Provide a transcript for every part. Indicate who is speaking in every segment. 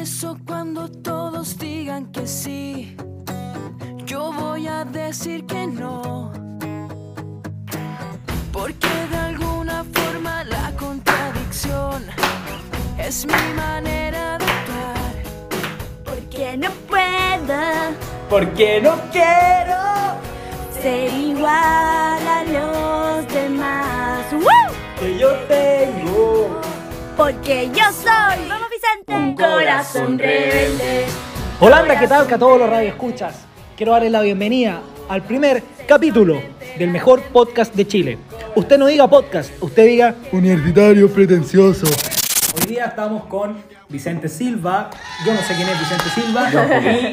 Speaker 1: eso cuando todos digan que sí. Yo voy a decir que no. Porque de alguna forma la contradicción es mi manera de actuar.
Speaker 2: Porque no puedo
Speaker 3: Porque no quiero
Speaker 2: ser igual a los demás. ¡Woo!
Speaker 3: que yo tengo
Speaker 2: Porque yo soy, vamos Vicente, un
Speaker 3: corazón rebelde.
Speaker 4: Holanda, ¿qué tal? Que a todos los radioescuchas. Quiero darles la bienvenida al primer capítulo del mejor podcast de Chile. Usted no diga podcast, usted diga universitario pretencioso. Hoy día estamos con Vicente Silva, yo no sé quién es Vicente Silva,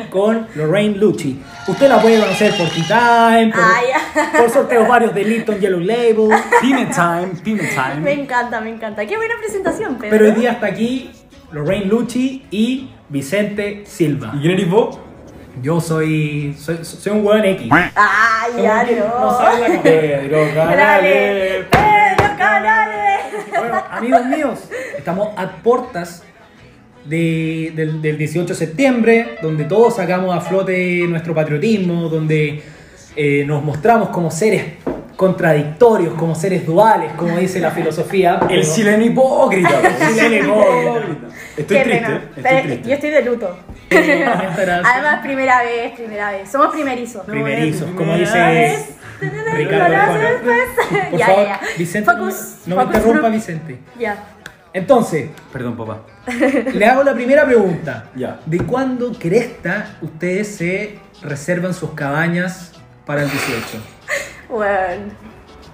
Speaker 4: y con Lorraine Lucci. Usted la puede conocer por T-Time, por,
Speaker 2: Ah, ya.
Speaker 4: por sorteos varios de Lipton Yellow Label,
Speaker 3: Pime time, pime
Speaker 2: Me
Speaker 3: time.
Speaker 2: encanta, me encanta. Qué buena presentación, Pedro.
Speaker 4: pero hoy día está aquí Lorraine Lucci y Vicente Silva.
Speaker 3: ¿Y quién eres vos?
Speaker 4: Yo soy, soy, soy un weón X.
Speaker 2: Ay, ya
Speaker 4: Soy un-
Speaker 2: no.
Speaker 4: no sabe la cara.
Speaker 3: Pedro
Speaker 2: Canales, Pedro Canales.
Speaker 4: Bueno, amigos míos, estamos a puertas de- del, del 18 de septiembre, donde todos sacamos a flote nuestro patriotismo, donde eh, nos mostramos como seres contradictorios, como seres duales, como dice la filosofía.
Speaker 3: El
Speaker 4: pero-
Speaker 3: chileno hipócrita. po. El chileno hipócrita. Estoy
Speaker 2: Qué
Speaker 3: triste,
Speaker 2: pena.
Speaker 3: estoy
Speaker 2: Pero Yo
Speaker 3: triste.
Speaker 2: estoy de luto. Además, primera vez, primera vez. Somos primerizos.
Speaker 4: Primerizos,
Speaker 3: No,
Speaker 4: como
Speaker 3: es-
Speaker 4: dice Ricardo
Speaker 2: Corazón,
Speaker 4: Arjona.
Speaker 2: pues.
Speaker 4: Por
Speaker 2: ya,
Speaker 4: favor,
Speaker 2: ya, ya.
Speaker 4: Vicente,
Speaker 2: Focus,
Speaker 4: no me
Speaker 2: focus
Speaker 4: interrumpa,
Speaker 2: group.
Speaker 4: Vicente.
Speaker 2: Ya.
Speaker 4: Entonces,
Speaker 3: Perdón, papá.
Speaker 4: Le hago la primera pregunta.
Speaker 3: Ya.
Speaker 4: ¿De cuándo cresta ustedes se reservan sus cabañas para el 18?
Speaker 2: Bueno.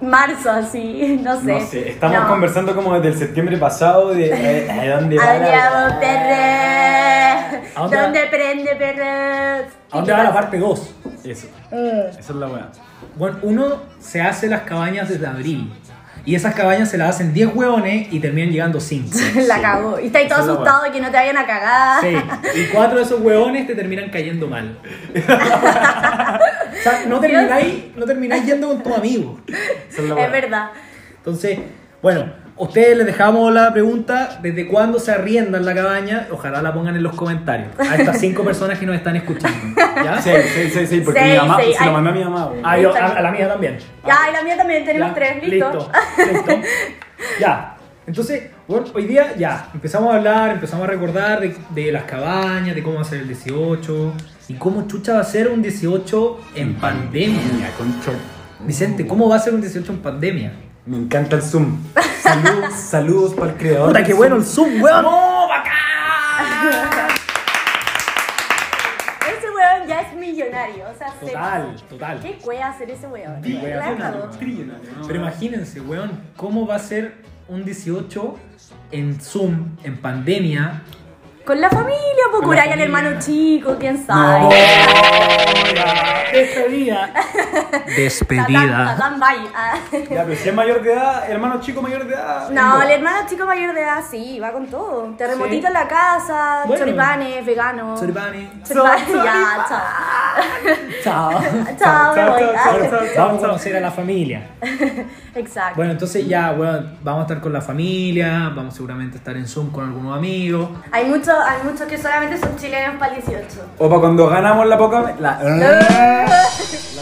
Speaker 2: Marzo, así. No sé.
Speaker 3: No sé, estamos
Speaker 2: No.
Speaker 3: conversando como desde el septiembre pasado de eh, a dónde va la-
Speaker 2: Adiós, perre.
Speaker 4: ¿A dónde va?
Speaker 2: ¿Dónde prende, perre?
Speaker 4: ¿A dónde va la parte 2?
Speaker 3: Eso, esa es la weá.
Speaker 4: Bueno, uno se hace las cabañas desde abril. Y esas cabañas se las hacen 10 hueones y terminan llegando 5.
Speaker 2: La cagó. Y estáis todo
Speaker 3: Esa es la
Speaker 2: asustado de que no te vayan a cagar.
Speaker 4: Sí. Y cuatro de esos hueones te terminan cayendo mal. o sea, no termináis, no termináis yendo con tu amigo.
Speaker 3: Esa es la weá.
Speaker 2: Es verdad.
Speaker 4: Entonces, bueno, ustedes les dejamos la pregunta, ¿desde cuándo se arriendan la cabaña? Ojalá la pongan en los comentarios. A estas cinco personas que nos están escuchando. ¿Ya?
Speaker 3: Sí, sí, sí, sí, porque
Speaker 2: Sí,
Speaker 3: mi mamá,
Speaker 2: sí,
Speaker 3: se
Speaker 2: ay.
Speaker 3: lo mandé a mi mamá. weón.
Speaker 4: Ah, yo- a, a la mía también.
Speaker 2: Ya, y la mía también tenemos
Speaker 4: Ya,
Speaker 2: tres, listo.
Speaker 4: Listo. Ya. Entonces, bueno, hoy día ya, empezamos a hablar, empezamos a recordar de, de las cabañas, de cómo va a ser el 18 y cómo chucha va a ser un 18 en pandemia.
Speaker 3: Mira, concho.
Speaker 4: Vicente, ¿cómo va a ser un 18 en pandemia?
Speaker 3: Me encanta el Zoom. Saludos, saludos para el creador.
Speaker 4: Puta,
Speaker 3: del
Speaker 4: qué
Speaker 3: Zoom.
Speaker 4: bueno el Zoom, weón.
Speaker 3: ¡No, bacán!
Speaker 2: Ese weón ya es millonario. O sea, se-
Speaker 4: Total, total.
Speaker 2: ¿Qué puede hacer ese weón?
Speaker 4: Qué
Speaker 2: La
Speaker 4: weón.
Speaker 2: cagó.
Speaker 4: Pero imagínense, weón, cómo va a ser un 18 en Zoom, en pandemia.
Speaker 2: Con la familia, pues
Speaker 4: la
Speaker 2: curar al
Speaker 4: familia.
Speaker 2: hermano chico, quién sabe.
Speaker 3: No.
Speaker 4: Despedida.
Speaker 2: Está tan- está tan valle. Ah.
Speaker 3: Ya, pero si es mayor de edad, hermano chico mayor de edad.
Speaker 2: No, el hermano chico mayor de edad sí, va con todo. Terremotito
Speaker 4: Sí.
Speaker 2: en la casa,
Speaker 4: Bueno.
Speaker 2: choripanes, veganos.
Speaker 4: Sorbane.
Speaker 2: Choripanes, ya, chao.
Speaker 4: Chao.
Speaker 2: Chao, me voy.
Speaker 4: Vamos a conocer a la familia.
Speaker 2: Exacto.
Speaker 4: Bueno, entonces ya, weón, vamos a estar con la familia, vamos seguramente a estar en Zoom con algunos amigos.
Speaker 2: Hay muchos hay muchos que solamente son chilenos para el 18.
Speaker 3: O para cuando ganamos la Copa la, la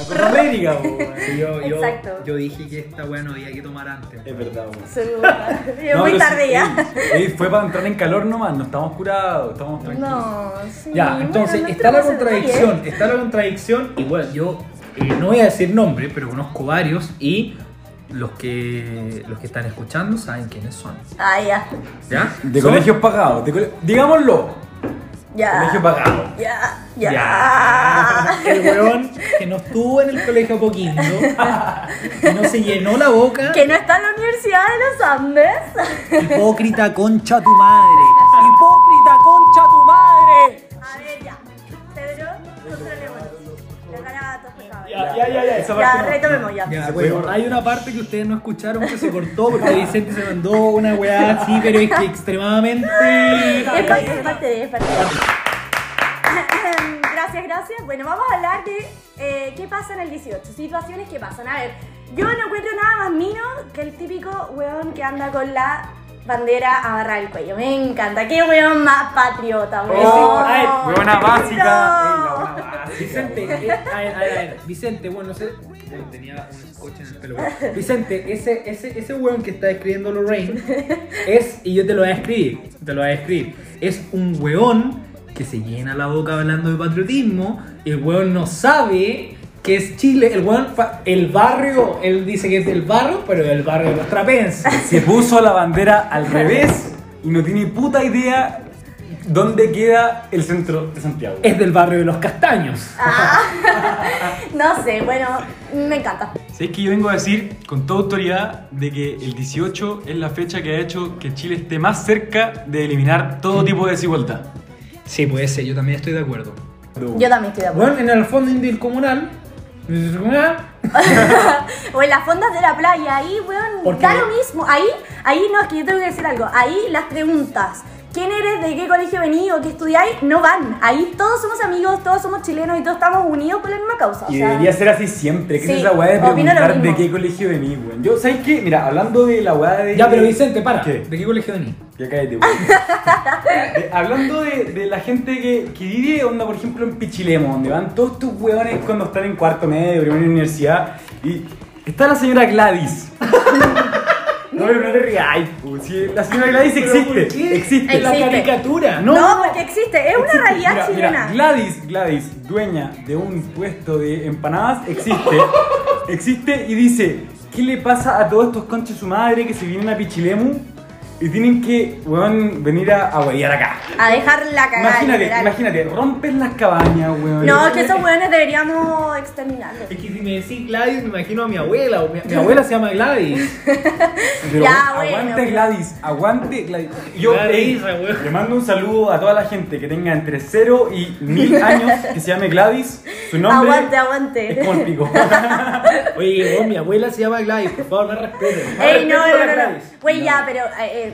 Speaker 3: Copa América, weón.
Speaker 4: Sí, yo, yo,
Speaker 2: Exacto.
Speaker 4: yo dije que esta weón no había que tomar antes.
Speaker 3: Es verdad, weón.
Speaker 2: Son-
Speaker 3: No,
Speaker 2: Muy
Speaker 3: pero sí,
Speaker 2: tarde ya.
Speaker 3: ey, ey, fue para entrar en calor nomás, no estamos curados, estamos tranquilos.
Speaker 2: No, sí.
Speaker 4: Ya,
Speaker 2: bueno,
Speaker 4: entonces
Speaker 2: no
Speaker 4: está la
Speaker 2: tenemos-
Speaker 4: contradicción, está la contradicción y bueno, yo eh, no voy a decir nombre, pero conozco varios y los que los que están escuchando saben quiénes son,
Speaker 2: Ah, ya.
Speaker 4: ¿ya?
Speaker 3: De
Speaker 4: Son-
Speaker 3: colegios pagados, de cole- digámoslo, colegio
Speaker 2: Ya.
Speaker 3: pagado.
Speaker 2: Ya.
Speaker 4: Ya.
Speaker 2: Ya.
Speaker 4: El huevón que no estuvo en el colegio Poquindo, que no se llenó la boca,
Speaker 2: Que no está en la Universidad de los Andes.
Speaker 4: hipócrita concha tu madre, hipócrita concha tu madre.
Speaker 2: A ver, ya. Pedro, controlémonos. Los garabatos, por favor.
Speaker 3: Ya, ya, ya, ya, esa
Speaker 2: Ya,
Speaker 3: parte no.
Speaker 2: retomemos ya.
Speaker 4: Ya,
Speaker 3: Se
Speaker 4: bueno,
Speaker 3: fue.
Speaker 4: hay una parte que ustedes no escucharon que se cortó porque Vicente se mandó una weá así, pero es que extremadamente.
Speaker 2: Es parte, es parte de, es parte de. Gracias, gracias. Bueno, vamos a hablar de eh, qué pasa en el 18. Situaciones que pasan. A ver, yo no encuentro nada más mino que el típico weón que anda con la bandera amarrada al cuello. Me encanta. Qué weón más patriota, weón.
Speaker 3: Oh, a ver, huevona básica.
Speaker 2: No.
Speaker 3: Ey, la huevona básica.
Speaker 4: Vicente, eh, a ver, a ver, a ver, Vicente, bueno, ese. bueno, tenía un coche en el pelo. bueno. Vicente, ese, ese, ese weón que está escribiendo Lorraine es, y yo te lo voy a escribir, te lo voy a escribir, es un weón que se llena la boca hablando de patriotismo, el weón no sabe que es Chile, el weón, fa- el barrio, él dice que es del barrio, pero del barrio de los trapenses.
Speaker 3: Se puso la bandera al revés y no tiene puta idea dónde queda el centro de Santiago.
Speaker 2: Eh.
Speaker 4: Es del barrio de los castaños.
Speaker 2: No sé, bueno, me encanta.
Speaker 5: Sé que yo vengo a decir con toda autoridad de que el 18 es la fecha que ha hecho que Chile esté más cerca de eliminar todo tipo de desigualdad.
Speaker 4: Sí, puede ser, yo también estoy de acuerdo.
Speaker 2: Yo también estoy de acuerdo.
Speaker 4: Bueno, en el fondo intercomunal, intercomunal
Speaker 2: O en las fondas de la playa, ahí, weón,
Speaker 4: Porque-
Speaker 2: da lo mismo. Ahí, ahí no, es que yo tengo que decir algo. Ahí las preguntas, ¿quién eres, de qué colegio venís o qué estudiáis? No van. Ahí todos somos amigos, todos somos chilenos y todos estamos unidos por la misma causa. o
Speaker 3: Y
Speaker 2: sea,
Speaker 3: debería ser así siempre, que
Speaker 2: Sí,
Speaker 3: es esa weá de
Speaker 2: opino lo
Speaker 3: preguntar de
Speaker 2: mismo.
Speaker 3: qué colegio venís, weón. Yo, ¿sabes qué? Mira, hablando de la weá de.
Speaker 4: Ya, pero Vicente, para.
Speaker 3: ¿Qué?
Speaker 4: ¿De qué colegio venís?
Speaker 3: Ya cállate, weón. De- hablando de, de la gente que, que vive, onda, por ejemplo, en Pichilemo, donde van todos estos weones cuando están en cuarto medio, primero en universidad, y está la señora Gladys. no, pero no te rías, pues, la señora Gladys existe, existe.
Speaker 4: Es la
Speaker 2: Existe.
Speaker 4: caricatura.
Speaker 2: no, porque existe, es una
Speaker 3: Existe.
Speaker 2: realidad
Speaker 3: Mira, mira,
Speaker 2: chilena.
Speaker 3: Gladys, Gladys, dueña de un puesto de empanadas, existe. existe y dice, ¿qué le pasa a todos estos conches su madre que se vienen a Pichilemu y tienen que, weón, venir a, a huellar acá?
Speaker 2: A dejar la cagada.
Speaker 3: Imagínate,
Speaker 2: literal.
Speaker 3: imagínate, rompen las cabañas, weón.
Speaker 2: No, es que esos weones deberíamos exterminarlos.
Speaker 4: Es que si me decís Gladys, me imagino a mi abuela. o mi, mi abuela se llama Gladys.
Speaker 3: Pero
Speaker 2: Ya, bueno,
Speaker 3: aguante
Speaker 2: ya.
Speaker 3: Gladys, aguante Gladys. Yo
Speaker 4: Gladys,
Speaker 3: ey,
Speaker 4: weón.
Speaker 3: le mando un saludo a toda la gente que tenga entre 0 y 1000 años que se llame Gladis. Su nombre
Speaker 2: Aguante, aguante.
Speaker 3: es como el pico.
Speaker 4: Oye, vos, mi abuela se llama Gladys. Por favor, no respeten.
Speaker 2: Ey, no,
Speaker 3: Respecto a
Speaker 2: no, no,
Speaker 3: la
Speaker 2: no.
Speaker 3: Gladys.
Speaker 2: Güey, ya, pero eh, eh,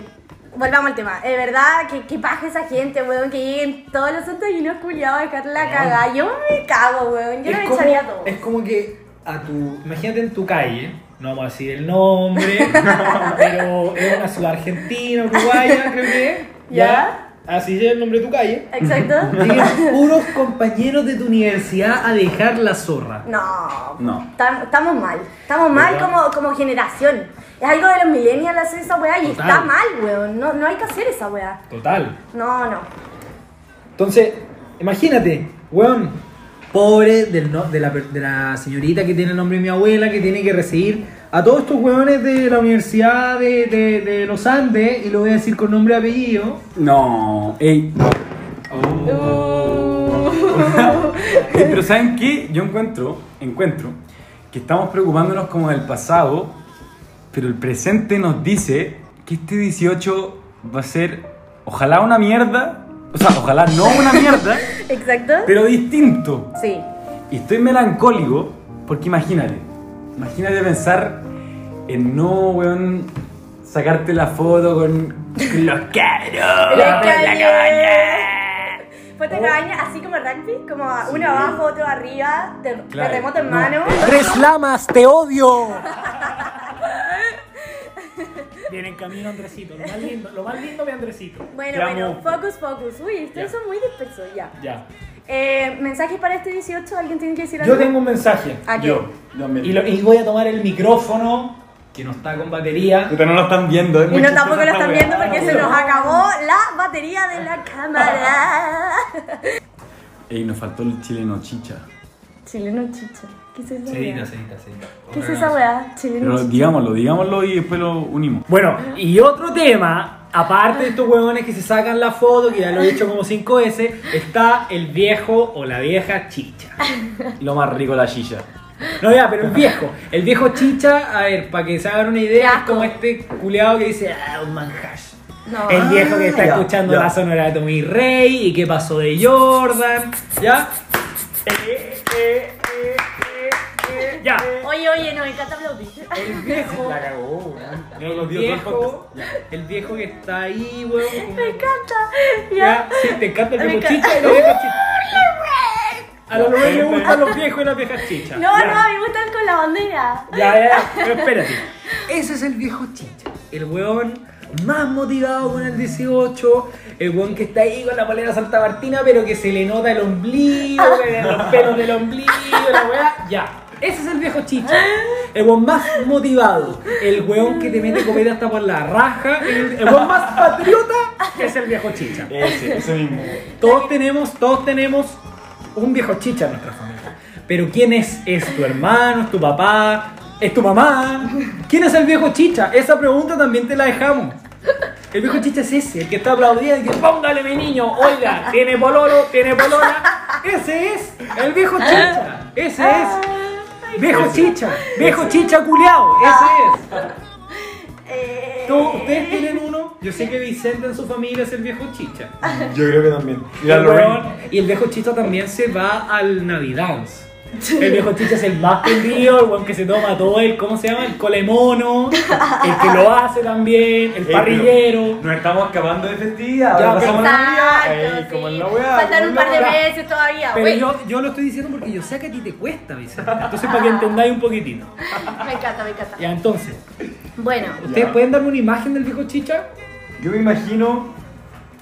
Speaker 2: volvamos al tema. Es verdad que, que paja esa gente, weón, que lleguen todos los santaguinos culiados a dejar la cagada. Yo me cago, weón. Yo me echaría todo.
Speaker 4: es como que a tu. Imagínate en tu calle. No vamos a decir el nombre, pero es una ciudad argentina, uruguaya, creo que.
Speaker 2: Ya.
Speaker 4: Así es el nombre de tu calle.
Speaker 2: Exacto.
Speaker 4: Llegan puros compañeros de tu universidad a dejar la zorra.
Speaker 2: No.
Speaker 3: No.
Speaker 2: Tam- Estamos mal. Estamos mal
Speaker 4: ¿Verdad?
Speaker 2: como, como generación. Es algo de los millennials hacer esa weá y
Speaker 4: Total.
Speaker 2: está mal, weón. No, no hay que hacer esa weá.
Speaker 4: Total.
Speaker 2: No, no.
Speaker 4: Entonces, imagínate, weón, pobre del no- de, la, per- de la señorita que tiene el nombre de mi abuela, que tiene que recibir a todos estos weones de la Universidad de, de- de los Andes, y lo voy a decir con nombre y apellido.
Speaker 3: No, ey. Ey, Pero ¿saben qué? Yo encuentro, encuentro que estamos preocupándonos como del pasado, pero el presente nos dice que este 18 va a ser ojalá una mierda, o sea, ojalá no una mierda,
Speaker 2: Exacto.
Speaker 3: pero distinto.
Speaker 2: Sí.
Speaker 3: Y estoy melancólico porque imagínate, imagínate pensar en no, weón, sacarte la foto con los caros.
Speaker 2: La
Speaker 3: la cabaña.
Speaker 2: Ponte cabaña así como rugby, como uno abajo, otro arriba, ter-
Speaker 3: Claro.
Speaker 2: terremoto en
Speaker 3: No.
Speaker 2: mano.
Speaker 4: ¡Tres lamas, te odio! Viene en camino Andresito, lo más lindo, lo más lindo de Andresito.
Speaker 2: Bueno,
Speaker 4: Te amo.
Speaker 2: bueno, focus, focus. Uy, ustedes
Speaker 4: Ya.
Speaker 2: son muy dispersos, ya.
Speaker 4: Ya.
Speaker 2: Eh, ¿Mensajes para este 18? ¿Alguien tiene que decir algo? Ah,
Speaker 4: Yo tengo un mensaje.
Speaker 2: ¿A qué?
Speaker 3: Yo, yo me...
Speaker 4: Y, lo- y voy a tomar el micrófono, que no está con batería.
Speaker 3: Puta, no lo están viendo, ¿eh?
Speaker 2: Y no
Speaker 3: Muchas
Speaker 2: tampoco lo
Speaker 3: gracias,
Speaker 2: están
Speaker 3: weón.
Speaker 2: viendo porque se nos acabó la batería de la cámara.
Speaker 3: Ey, nos faltó el chileno chicha.
Speaker 2: Chileno chicha. ¿Qué es esa weá?
Speaker 4: edita, se edita.
Speaker 2: ¿Qué es esa weá? Chileno
Speaker 3: Pero
Speaker 2: chicha.
Speaker 3: digámoslo, digámoslo y después lo unimos.
Speaker 4: Bueno, y otro tema, aparte de estos huevones que se sacan la foto, que ya lo he dicho como 5 veces, está el viejo o la vieja chicha.
Speaker 3: Lo más rico la chicha.
Speaker 4: No, ya, pero el viejo. El viejo chicha, a ver, para que se hagan una idea, es
Speaker 2: asco. Ah.
Speaker 4: como este culeado que dice, ah, un manjash.
Speaker 2: No.
Speaker 4: El viejo que está
Speaker 3: ya,
Speaker 4: escuchando
Speaker 3: ya.
Speaker 4: la sonora de Tommy Rey y qué pasó de Jordan, ¿ya? Eh, eh, eh, eh, eh, ya.
Speaker 2: Oye, oye, no, me encanta aplaudir.
Speaker 4: El viejo.
Speaker 3: cagó, weón.
Speaker 4: El viejo, el viejo que está ahí, weón. como-
Speaker 2: Me encanta.
Speaker 4: Ya,
Speaker 2: Ya.
Speaker 4: sí, te encanta el
Speaker 2: Me
Speaker 4: viejo
Speaker 2: encanta.
Speaker 4: chicha y la vieja chicha. A los reyes le gustan los viejos y las viejas chichas.
Speaker 2: No,
Speaker 4: ya.
Speaker 2: no, me gustan con la bandera.
Speaker 4: Ya, ya, ya, pero espérate. Ese es el viejo chicha. El weón más motivado con el 18, el buen que está ahí con la polera Santa Martina, pero que se le nota el ombligo,
Speaker 2: Ah.
Speaker 4: que los pelos del ombligo, la weá, ya. Ese es el viejo chicha.
Speaker 2: Ah.
Speaker 4: El buen más motivado. El weón que te mete comida hasta por la raja. El, el buen más patriota es el viejo chicha.
Speaker 3: Ese, ese mismo.
Speaker 4: Todos tenemos, todos tenemos un viejo chicha en nuestra familia. Pero ¿quién es? ¿Es tu hermano? ¿Es tu papá? ¿Es tu mamá? ¿Quién es el viejo chicha? Esa pregunta también te la dejamos. El viejo chicha es ese, el que está aplaudiendo, el que póngale mi niño, oiga, tiene pololo, tiene polola. Ese es el viejo chicha, ese es. Viejo chicha, viejo chicha culeado, ese es.
Speaker 2: Eh,
Speaker 4: Tú- Ustedes tienen uno, yo sé que Vicente en su familia es el viejo chicha.
Speaker 3: Yo creo que también.
Speaker 4: Y,
Speaker 3: Mira, Lorraine.
Speaker 4: y el viejo chicha también se va al Navidance. El viejo chicha es el más vendido, el weón que se toma todo el, ¿cómo se llama? El colemono, el que lo hace también, el
Speaker 3: Eh,
Speaker 4: parrillero.
Speaker 3: pero Nos estamos escapando de festividad.
Speaker 4: Ya,
Speaker 3: Ahora
Speaker 4: pero-
Speaker 3: pasamos la Navidad. Ey,
Speaker 2: Exacto,
Speaker 3: como en
Speaker 2: sí.
Speaker 3: la weá,
Speaker 2: Faltan
Speaker 3: como
Speaker 2: un
Speaker 3: en
Speaker 2: par
Speaker 3: la
Speaker 2: de
Speaker 3: weá.
Speaker 2: meses todavía,
Speaker 4: Pero
Speaker 2: güey.
Speaker 4: yo, yo lo estoy diciendo porque yo sé que a ti te cuesta, Vicente. Entonces, para que entendáis un poquitito.
Speaker 2: Me encanta, me encanta.
Speaker 4: Ya, entonces,
Speaker 2: Bueno,
Speaker 4: ¿ustedes
Speaker 3: Ya.
Speaker 4: pueden darme una imagen del viejo chicha?
Speaker 3: Yo me imagino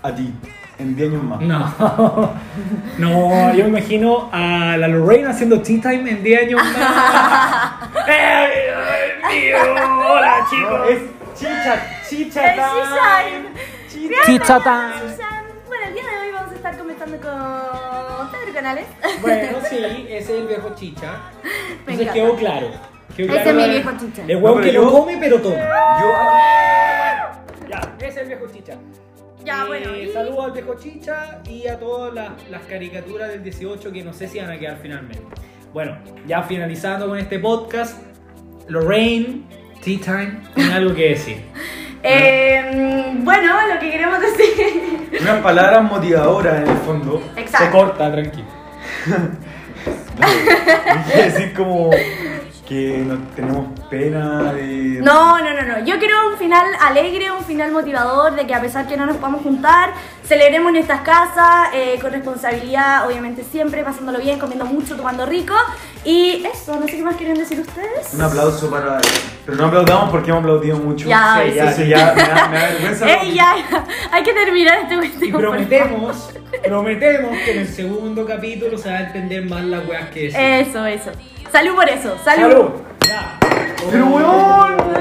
Speaker 3: a ti en 10 años más.
Speaker 4: Mm. No. No, yo me imagino a la Lorraine haciendo tea time en 10 años más. ¡Eh, Dios mío! ¡Hola,
Speaker 3: No,
Speaker 4: chicos!
Speaker 3: es chicha,
Speaker 2: el
Speaker 3: chicha time.
Speaker 2: Seaside.
Speaker 3: Chicha.
Speaker 4: Chicha
Speaker 2: Hola,
Speaker 4: time.
Speaker 2: Susan. Bueno, el día de hoy vamos a estar comentando con Pedro Canales.
Speaker 4: Bueno, sí, ese es el viejo chicha.
Speaker 2: Me
Speaker 4: Entonces
Speaker 2: encanta.
Speaker 4: quedó claro. quedó
Speaker 2: Ese
Speaker 4: claro.
Speaker 2: es mi viejo chicha.
Speaker 4: El huevo
Speaker 3: No, pero
Speaker 4: que lo
Speaker 3: yo-
Speaker 4: come, pero toma.
Speaker 3: Yo.
Speaker 4: Ya, ese es el viejo chicha.
Speaker 2: Ya,
Speaker 4: Eh,
Speaker 2: bueno. y-
Speaker 4: Saludos al viejo Chicha y a todas las, las caricaturas del 18 que no sé si van a quedar finalmente. Bueno, ya finalizando con este podcast, Lorraine, Tea Time, tiene algo que decir.
Speaker 2: Eh, bueno, lo que queremos decir.
Speaker 3: Unas palabras motivadoras en el fondo.
Speaker 2: Exacto.
Speaker 4: Se corta, tranquilo.
Speaker 3: Dije decir como que no tenemos pena de.
Speaker 2: No, no, no, no. Yo quiero un final alegre, un final motivador, de que a pesar que no nos podamos juntar, celebremos en estas casas, eh, con responsabilidad, obviamente siempre, pasándolo bien, comiendo mucho, tomando rico. Y eso, no sé qué más quieren decir ustedes.
Speaker 3: Un aplauso para. Pero no aplaudamos porque hemos aplaudido mucho.
Speaker 2: Ya,
Speaker 3: sí, ya,
Speaker 2: sí.
Speaker 3: sí, ya. Me da, me da vergüenza.
Speaker 2: Ey, Eh, ya, ya. hay que terminar este
Speaker 4: Y
Speaker 2: cuestión. por favor.
Speaker 4: prometemos, prometemos que en el segundo capítulo se va a entender más las weas que decimos.
Speaker 2: Eso, eso. Salud por eso. Salud.
Speaker 4: ¡Salud! Ya.
Speaker 3: Pero weón.